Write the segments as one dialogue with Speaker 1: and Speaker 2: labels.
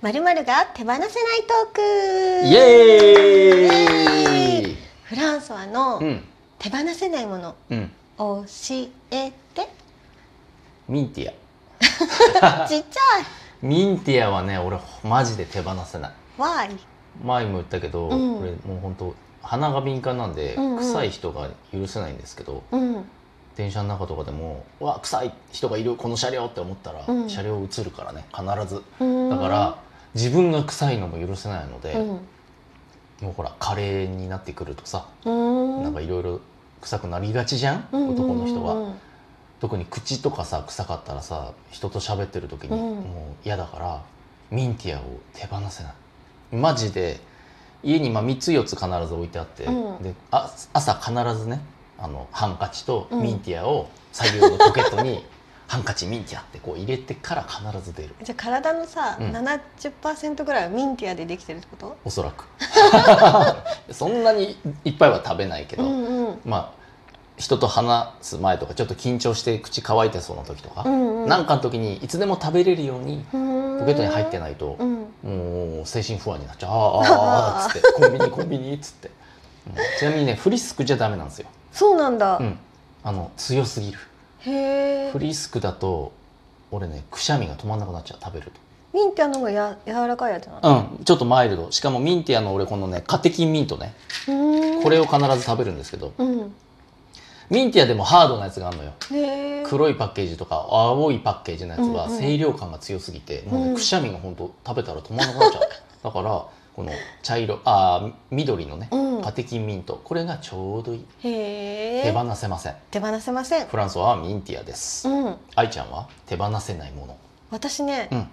Speaker 1: まるまるが手放せないトーク
Speaker 2: イエーイ
Speaker 1: フランソワの
Speaker 2: うん
Speaker 1: 手放せないもの
Speaker 2: うん
Speaker 1: 教えて
Speaker 2: ミンティア
Speaker 1: ちっち
Speaker 2: ミンティアはね俺マジで手放せない
Speaker 1: ゃい Why
Speaker 2: 前も言ったけど、
Speaker 1: うん
Speaker 2: 俺もう本当鼻が敏感なんで、
Speaker 1: うんうん
Speaker 2: 臭い人が許せないんですけど
Speaker 1: うん
Speaker 2: 電車の中とかでも「うわ臭い人がいるこの車両」って思ったら、
Speaker 1: うん
Speaker 2: 車両映るからね必ず
Speaker 1: うん
Speaker 2: だから自分が臭いのも許せないので、
Speaker 1: うん
Speaker 2: もうほらカレーになってくるとさ、
Speaker 1: うん
Speaker 2: なんかいろいろ臭くなりがちじゃん、
Speaker 1: うん
Speaker 2: 男の人は、
Speaker 1: うん
Speaker 2: 特に口とかさ臭かったらさ人と喋ってる時に、
Speaker 1: うん
Speaker 2: もう嫌だからミンティアを手放せないマジで家にまあ3つ4つ必ず置いてあって、
Speaker 1: うん
Speaker 2: であ朝必ずねあのハンカチと
Speaker 1: うん
Speaker 2: ミンティアを左右のポケットに ハンカチミンティアってこう入れてから必ず出る
Speaker 1: じゃあ体のさ、
Speaker 2: うん
Speaker 1: 70%ぐらいはミンティアでできてるってこと
Speaker 2: おそら くそんなにいっぱいは食べないけど、
Speaker 1: うんうん
Speaker 2: まあ人と話す前とかちょっと緊張して口乾いてそうな時とか、
Speaker 1: うんうん
Speaker 2: なんかの時にいつでも食べれるように
Speaker 1: ポ
Speaker 2: ポケットに入って
Speaker 1: い
Speaker 2: ないと
Speaker 1: う、ん
Speaker 2: もう精神不安になっちゃうあーあーあーつってコンビニコンビニっつって、うんちなみにねフリスクじゃダメなんですよ、
Speaker 1: そうなんだ、
Speaker 2: うん、あの強すぎる
Speaker 1: へえ
Speaker 2: フリスクだと俺ねくしゃみが止まんなくなっちゃう食べる
Speaker 1: ミンティアの方がや柔らかいやつなの
Speaker 2: とうんちょっとマイルドしかもミンティアの俺このねカテキンミントねこれ
Speaker 1: を
Speaker 2: を必ず食べるんですけど
Speaker 1: うん
Speaker 2: ミンティアでもハードなやつがあるのよ
Speaker 1: へえ
Speaker 2: 黒いパッケージとか青いパッケージのやつは
Speaker 1: うんうん
Speaker 2: 清涼感が強すぎて、もう
Speaker 1: うん
Speaker 2: ね、くしゃみが本当食べたら止まらなくなっちゃうだからこの茶色あー緑のね、
Speaker 1: うん
Speaker 2: カテキンミントこれがちょうどいい
Speaker 1: へ
Speaker 2: 手
Speaker 1: え
Speaker 2: 放せません
Speaker 1: 手放せません
Speaker 2: フランソワはミンティアです、
Speaker 1: うん
Speaker 2: 愛ちゃんは手放せないもの
Speaker 1: 私ね、
Speaker 2: うん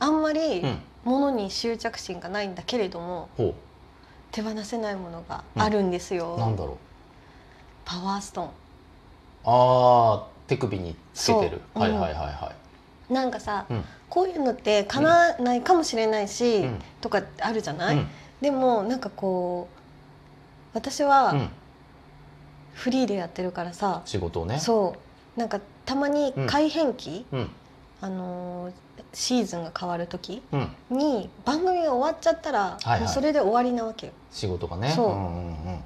Speaker 1: あんまり
Speaker 2: うん
Speaker 1: 物に執着心がないんだけれども
Speaker 2: ほ
Speaker 1: 手放せないものがあるんですよ、
Speaker 2: うなんだろう
Speaker 1: パワースト
Speaker 2: あー手首につけてる
Speaker 1: そう
Speaker 2: はいはいはいは
Speaker 1: ーンなんかさ、
Speaker 2: うん
Speaker 1: こういうのって叶わないかもしれないし、
Speaker 2: い、うん
Speaker 1: とかあるじゃない、
Speaker 2: うん
Speaker 1: でもなんかこう私
Speaker 2: う
Speaker 1: は
Speaker 2: ん
Speaker 1: フリーでやってるからさ、
Speaker 2: 仕事をね
Speaker 1: そうなんかたまに改変期、
Speaker 2: うん
Speaker 1: あのーシーズンが変わる時
Speaker 2: うん
Speaker 1: に番組が終わっちゃったら、
Speaker 2: いはい
Speaker 1: もうそれで終わりなわけよ。
Speaker 2: 仕事がね
Speaker 1: そうん
Speaker 2: うんうん、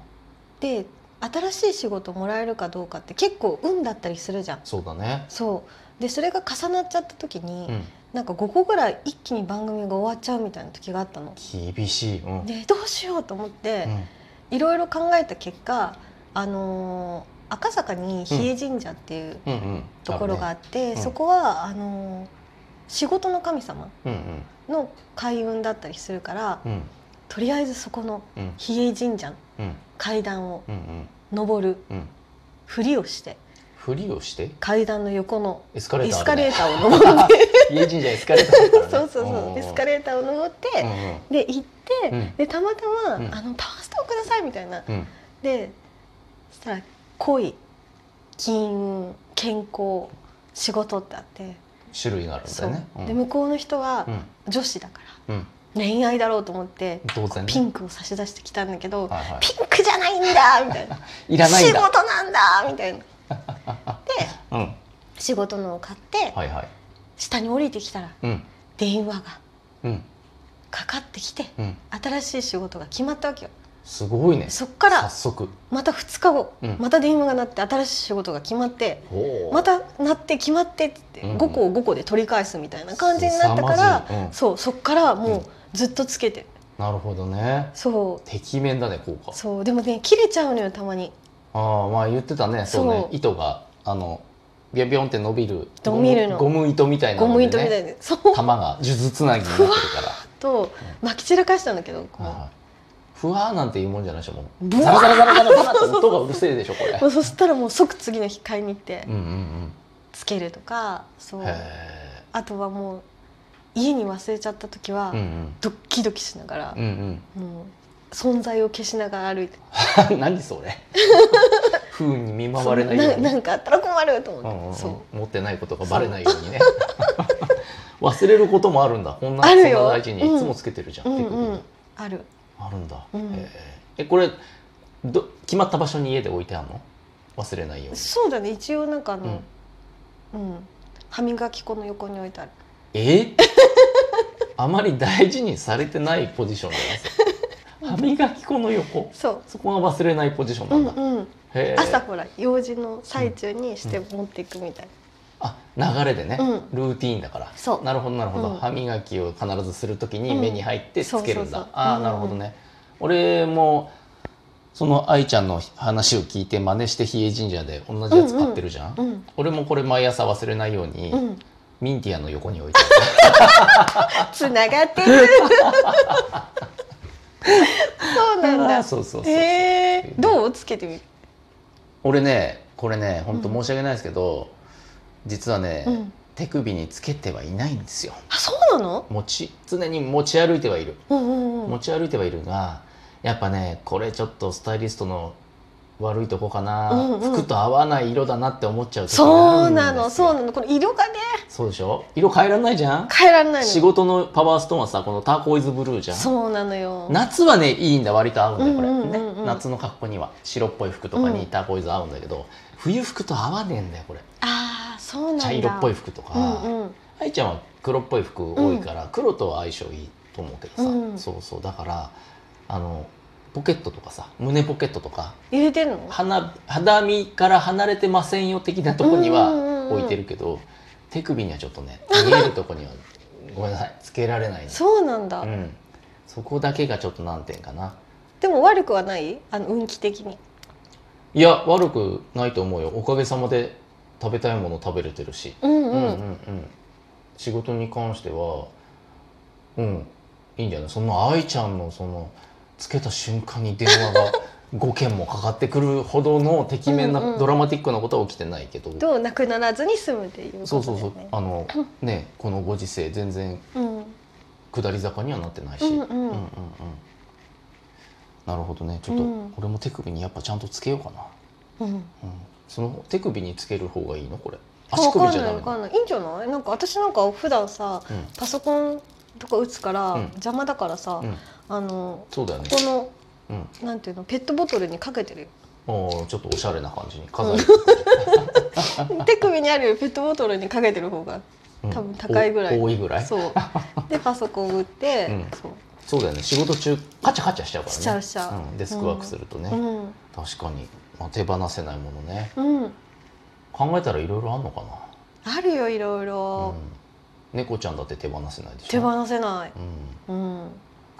Speaker 1: で新しい仕事もらえるかどうかって結構運だったりするじゃん。
Speaker 2: そうだね
Speaker 1: そうでそれが重なっちゃった時に、
Speaker 2: うん
Speaker 1: なんか5個ぐらい一気に番組が終わっちゃうみたいな時があったの。
Speaker 2: 厳しい、うん
Speaker 1: でどうしようと思って
Speaker 2: う、ん
Speaker 1: いろいろ考えた結果、あのー赤坂に比叡神社っていう
Speaker 2: うんうん、
Speaker 1: ところがあ
Speaker 2: る
Speaker 1: って、
Speaker 2: うん
Speaker 1: そこはあのー仕事の神様
Speaker 2: ね、
Speaker 1: の開運だったりするから
Speaker 2: うんうん
Speaker 1: とりあえずそこの
Speaker 2: うんうん
Speaker 1: 比叡神社の
Speaker 2: うん
Speaker 1: 階段を
Speaker 2: うんうん
Speaker 1: 登る
Speaker 2: うん
Speaker 1: ふりをして
Speaker 2: ふりをして
Speaker 1: 階段の横の
Speaker 2: エスカレ
Speaker 1: エ
Speaker 2: ーター
Speaker 1: ス
Speaker 2: あ
Speaker 1: カ
Speaker 2: るね
Speaker 1: レーターを 登って
Speaker 2: 家神社エスカレーターだから ね
Speaker 1: そうそうそうエスカレーターを登って、
Speaker 2: うんうん
Speaker 1: で行って、
Speaker 2: うん
Speaker 1: でたまたま、
Speaker 2: うん
Speaker 1: あの「パワーストーンください」みたいな。
Speaker 2: うんうん
Speaker 1: でそしたら恋金運健康仕事ってあって
Speaker 2: 種類があるんだ
Speaker 1: そ
Speaker 2: よ
Speaker 1: う
Speaker 2: ね
Speaker 1: で向こうの人は
Speaker 2: うん
Speaker 1: 女子だから
Speaker 2: うん
Speaker 1: 恋愛だろうと思って
Speaker 2: 当然ね
Speaker 1: ピンクを差し出してきたんだけど、
Speaker 2: はいは
Speaker 1: ピンクじゃないんだみたい な
Speaker 2: いいらないん
Speaker 1: 仕
Speaker 2: だ
Speaker 1: 事なんだみた いなで
Speaker 2: うん
Speaker 1: 仕事のを買って
Speaker 2: はいはい
Speaker 1: 下に降りてきたら
Speaker 2: うん
Speaker 1: 電話が
Speaker 2: うん
Speaker 1: かかってきて
Speaker 2: うん
Speaker 1: 新しい仕事が決まったわけよ
Speaker 2: すごいね
Speaker 1: そっから
Speaker 2: 早速
Speaker 1: また2日後、
Speaker 2: うん
Speaker 1: また電話が鳴って新しい仕事が決まって
Speaker 2: おー
Speaker 1: また鳴って決まってっつって
Speaker 2: うんうん
Speaker 1: 5個を5個で取り返すみたいな感じになったから
Speaker 2: 凄まじいうん
Speaker 1: そうそっからも
Speaker 2: うん
Speaker 1: うずっとつけてる
Speaker 2: なるほどね
Speaker 1: そ
Speaker 2: てきめんだね効果
Speaker 1: うそうでもね切れちゃうのよたまに
Speaker 2: ああまあ言ってたねそうね
Speaker 1: そう
Speaker 2: 糸があのビョンビョンって伸びる
Speaker 1: 伸びるの
Speaker 2: ゴムゴム糸みたいな
Speaker 1: ゴ
Speaker 2: の
Speaker 1: ム
Speaker 2: で
Speaker 1: 糸みた
Speaker 2: ね
Speaker 1: いでそう
Speaker 2: 玉が数珠つなぎになってるから
Speaker 1: とまき散らかしたんだけどこう
Speaker 2: はいふわーなんていうもんじゃないでしょもう
Speaker 1: ブ
Speaker 2: ザ
Speaker 1: ワ
Speaker 2: ラ
Speaker 1: ー
Speaker 2: ザラザラザラザラって音がうるせえでしょこれ
Speaker 1: もうそしたらもう即次の日買いに行って
Speaker 2: うんうん
Speaker 1: つけるとかそううん
Speaker 2: へ
Speaker 1: あとはもう家に忘れちゃった時は
Speaker 2: えうん
Speaker 1: ドッキドキしながら
Speaker 2: うんうん
Speaker 1: もう存在を消しながら歩いて
Speaker 2: うん 何それ不運に見舞われないよ
Speaker 1: な
Speaker 2: うに
Speaker 1: なんかあったら困ると
Speaker 2: うんう
Speaker 1: 思っ
Speaker 2: んうん
Speaker 1: てそう
Speaker 2: 持ってないことがバレないようにね 忘れることもあるんだこんな
Speaker 1: あ
Speaker 2: そん
Speaker 1: る
Speaker 2: な
Speaker 1: よ
Speaker 2: 大事に
Speaker 1: うん
Speaker 2: いつもつけてるじゃん
Speaker 1: う
Speaker 2: 手
Speaker 1: ん
Speaker 2: 首
Speaker 1: う
Speaker 2: に
Speaker 1: んある
Speaker 2: あるんだ、
Speaker 1: うん
Speaker 2: へええこれど決まった場所に家で置いてあるの忘れないように
Speaker 1: そうだね一応なんかあ
Speaker 2: う
Speaker 1: の
Speaker 2: ん
Speaker 1: うん歯磨き粉の横に置いてある
Speaker 2: えあまり大事にされてないポジションなんですよ歯磨き粉の横
Speaker 1: そ
Speaker 2: そこが忘れないポジション
Speaker 1: う、う
Speaker 2: なん
Speaker 1: ん
Speaker 2: だ、
Speaker 1: うん、
Speaker 2: へー
Speaker 1: 朝ほら用事の最中にして持っていくみたい
Speaker 2: あ流れでね、
Speaker 1: うん
Speaker 2: ルーティーンだから
Speaker 1: そう
Speaker 2: なるほどなるほど、
Speaker 1: うん
Speaker 2: 歯磨きを必ずするときに
Speaker 1: うん
Speaker 2: 目に入ってつけ
Speaker 1: そうそ
Speaker 2: るんだ、
Speaker 1: うそう
Speaker 2: ああ
Speaker 1: うん
Speaker 2: なるほどね、俺もその愛ちゃんの話を聞いて真似して比叡神社で同じやつ買ってるじゃん、
Speaker 1: な、うん
Speaker 2: 俺もこれ毎朝忘れないように、
Speaker 1: うん、
Speaker 2: ミンティアの横に置いて
Speaker 1: つなが ってる そう
Speaker 2: ある
Speaker 1: なんだ
Speaker 2: あーそうそうそう、
Speaker 1: えー、どうつけてみる
Speaker 2: 俺ねこれね本当申し訳ないですけど、実はね、
Speaker 1: うん
Speaker 2: 手首につけてはいないんですよ
Speaker 1: あそうなの
Speaker 2: 持ち常に持ち歩いてはいる
Speaker 1: うんうんう
Speaker 2: 持
Speaker 1: ん
Speaker 2: ち歩いてはいるがやっぱねこれちょっとスタイリストの悪いとこかな、
Speaker 1: うんうん
Speaker 2: 服と合わない色だなって思っちゃう時があ
Speaker 1: そう
Speaker 2: るんです
Speaker 1: なのそう
Speaker 2: の
Speaker 1: なのこの色がね
Speaker 2: そうでしょ色変えらんないじゃん
Speaker 1: 変えられないの
Speaker 2: 仕事のパワーストーンはさこのターコイズブルーじゃん
Speaker 1: そうなのよ
Speaker 2: 夏はねいいんだ割と合うんだよこれ、
Speaker 1: うんうんうんうん
Speaker 2: ね、夏の格好には白っぽい服とか
Speaker 1: う
Speaker 2: に
Speaker 1: ん
Speaker 2: ターコイズ合うんだけど、冬服と合わねえんだよこれ
Speaker 1: ああそうなんだ
Speaker 2: 茶色っぽい服とか、
Speaker 1: うんうん
Speaker 2: 愛ちゃんは黒っぽい服多いから、黒とは相性いいと思うけどさ、
Speaker 1: うん
Speaker 2: そうそうだからあのポケットとかさ胸ポケットとか
Speaker 1: 入れてんの
Speaker 2: 鼻肌身から離れてませんよ的なとこに
Speaker 1: うんうんうん
Speaker 2: は
Speaker 1: うん
Speaker 2: 置いてるけど、手首にはちょっ とね見えるとこにはごめんなさいつけられないの
Speaker 1: そうなんだ、
Speaker 2: うん、そこだけがちょっと難点かな
Speaker 1: でも悪くはないあの運気的に
Speaker 2: いや悪くないと思うよおかげさまで食べたいもの食べれてるし
Speaker 1: うん
Speaker 2: う
Speaker 1: うん、
Speaker 2: うんうんん仕事に関してはうんいいんじゃないその愛ちゃんのそのつけた瞬間に電話 が5件もかかってくるほどのてきめんな、
Speaker 1: うんうん
Speaker 2: ドラマティックなことは起きてないけど
Speaker 1: どうなくならずに済むっていうことだよね
Speaker 2: そうそうそうあのねこのご時世全然
Speaker 1: うん、
Speaker 2: 下り坂にはなってないし、
Speaker 1: うんうん
Speaker 2: うんうんなるほどねちょっと
Speaker 1: うん
Speaker 2: 俺も手首にやっぱちゃんとつけようかな、
Speaker 1: うん、
Speaker 2: うん、その手首につける方がいいのこれ足
Speaker 1: わ
Speaker 2: 首
Speaker 1: かん
Speaker 2: じ
Speaker 1: な
Speaker 2: ゃ
Speaker 1: い
Speaker 2: ダメ
Speaker 1: わ
Speaker 2: なの
Speaker 1: かんないいいんじゃないなんか私なんか普段さ
Speaker 2: うん
Speaker 1: パソコンとか打つから
Speaker 2: うん
Speaker 1: 邪魔だからさ、
Speaker 2: うん
Speaker 1: あの
Speaker 2: そうだよね
Speaker 1: ここの
Speaker 2: うん
Speaker 1: なんていうのペットボトルにかけてるよ
Speaker 2: おーちょっとおしゃれな感じに飾り、
Speaker 1: 手首にあるペットボトルにかけてる方が
Speaker 2: うん
Speaker 1: 多分高いぐらい
Speaker 2: お多いぐらいそ
Speaker 1: そう でパソコン打って、
Speaker 2: うん
Speaker 1: そう
Speaker 2: うだよね仕事中カチャカチャしちゃうからね
Speaker 1: しちゃうしちゃう
Speaker 2: うんデスクワークするとね、
Speaker 1: うん
Speaker 2: 確かに、まあ手放せないものね
Speaker 1: うん
Speaker 2: 考えたらいろいろあんのか
Speaker 1: あるよいろい
Speaker 2: な、うん
Speaker 1: ろ、
Speaker 2: 猫ちゃんだって手放せないでしょ
Speaker 1: 手放せない
Speaker 2: うん、
Speaker 1: うん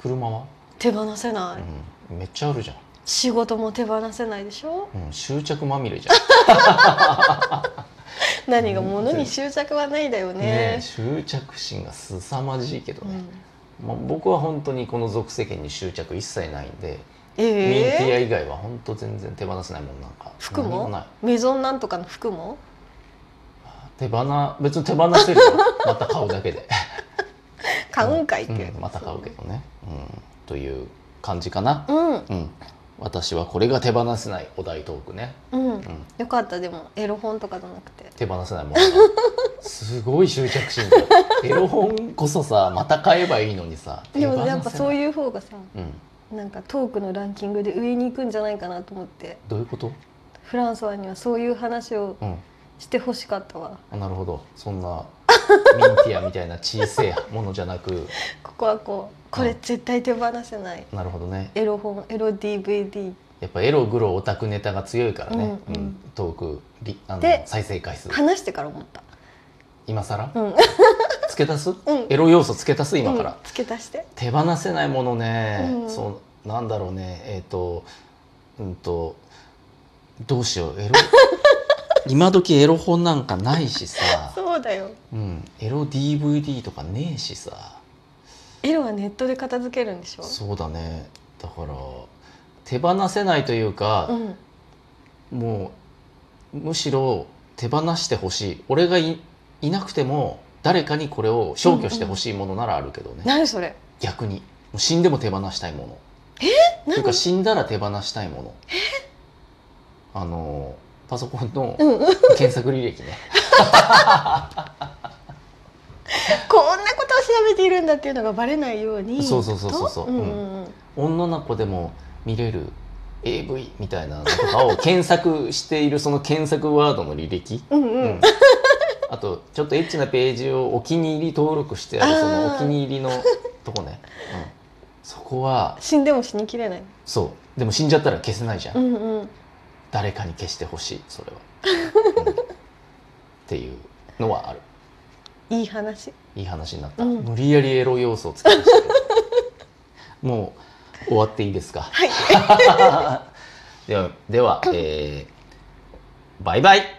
Speaker 2: 車は、
Speaker 1: 手放せない、
Speaker 2: うん、めっちゃあるじゃん、
Speaker 1: 仕事も手放せないでしょ
Speaker 2: うん、執着まみれじゃん
Speaker 1: 何が物に執着はないだよね
Speaker 2: ねえ執着心が凄まじいけど
Speaker 1: う
Speaker 2: ね、
Speaker 1: ん
Speaker 2: まあ、僕は本当にこの属世間に執着一切ないんでミンティア
Speaker 1: ええ
Speaker 2: 以外は本当全然手放せないもんなんか
Speaker 1: 服
Speaker 2: 何
Speaker 1: も
Speaker 2: ない
Speaker 1: メゾンなんとかの服も
Speaker 2: 手放別に手放 せるよまた買うだけで
Speaker 1: 買うんかいっていう、
Speaker 2: うんまた買うけどね、うん、という感じかな、
Speaker 1: うん
Speaker 2: うん私はこれが手放せないお題トークね、
Speaker 1: うん
Speaker 2: うん、
Speaker 1: よかったでもエロ本とかじゃなくて
Speaker 2: 手放せないものすごい執着心だ エロ本こそさまた買えばいいのにさ
Speaker 1: でもやっぱそう
Speaker 2: う、
Speaker 1: いう方がさ
Speaker 2: うん、
Speaker 1: なんかトークのランキングで上に行くんじゃないかなと思って
Speaker 2: どういうこと、
Speaker 1: フランソワにはそういう話を
Speaker 2: うん、
Speaker 1: してほしかったわ
Speaker 2: あなるほどそんなミンティアみたいな小さいものじゃなく
Speaker 1: ここはこうこれ絶対手放せない
Speaker 2: なるほどね
Speaker 1: エロ本エロ DVD
Speaker 2: やっぱエログロオタクネタが強いからね、
Speaker 1: うんうん
Speaker 2: トークリあの
Speaker 1: で
Speaker 2: 再生回数
Speaker 1: 話してから思った
Speaker 2: 今更
Speaker 1: うん
Speaker 2: 付け足す、
Speaker 1: ん
Speaker 2: エロ要素付け足す今から、
Speaker 1: うん付け足して
Speaker 2: 手放せないものね、
Speaker 1: うん
Speaker 2: そうなんだろうねえっ、とうんとどうしよう エロ今時エロ本なんかないしさ、
Speaker 1: そうだよ
Speaker 2: うん、エロ DVD とかねえしさ
Speaker 1: エロはネットで片付けるんでしょ
Speaker 2: そうだねだから手放せないというか、
Speaker 1: うん
Speaker 2: もうむしろ手放してほしい俺がいいなくても誰かにこれを消去してほしいものならあるけどね、
Speaker 1: 何それ
Speaker 2: 逆にもう死んでも手放したいものというか死んだら手放したいものあのパソコン の
Speaker 1: うんうんこんな
Speaker 2: 検索履歴ね、
Speaker 1: ことを調べているんだっていうのがバレないように
Speaker 2: そうそうそうそうそう
Speaker 1: とうんうんうん
Speaker 2: 女の子でも見れる AV みたいなのとかを検索しているその検索ワードの履歴、
Speaker 1: うんう
Speaker 2: うんんあとちょっとエッチなページをお気に入り登録してあるその
Speaker 1: あー
Speaker 2: お気に入りのとこね、うん、そこは
Speaker 1: 死んでも死にきれない
Speaker 2: そうでも死んじゃったら消せないじゃん、
Speaker 1: うんうん
Speaker 2: 誰かに消してほしいそれは、うんっていうのはある
Speaker 1: いい話
Speaker 2: いい話になった、
Speaker 1: うん
Speaker 2: 無理やりエロ要素をつけましたけどもう終わっていいですか
Speaker 1: はい
Speaker 2: ではでは、えーバイバイ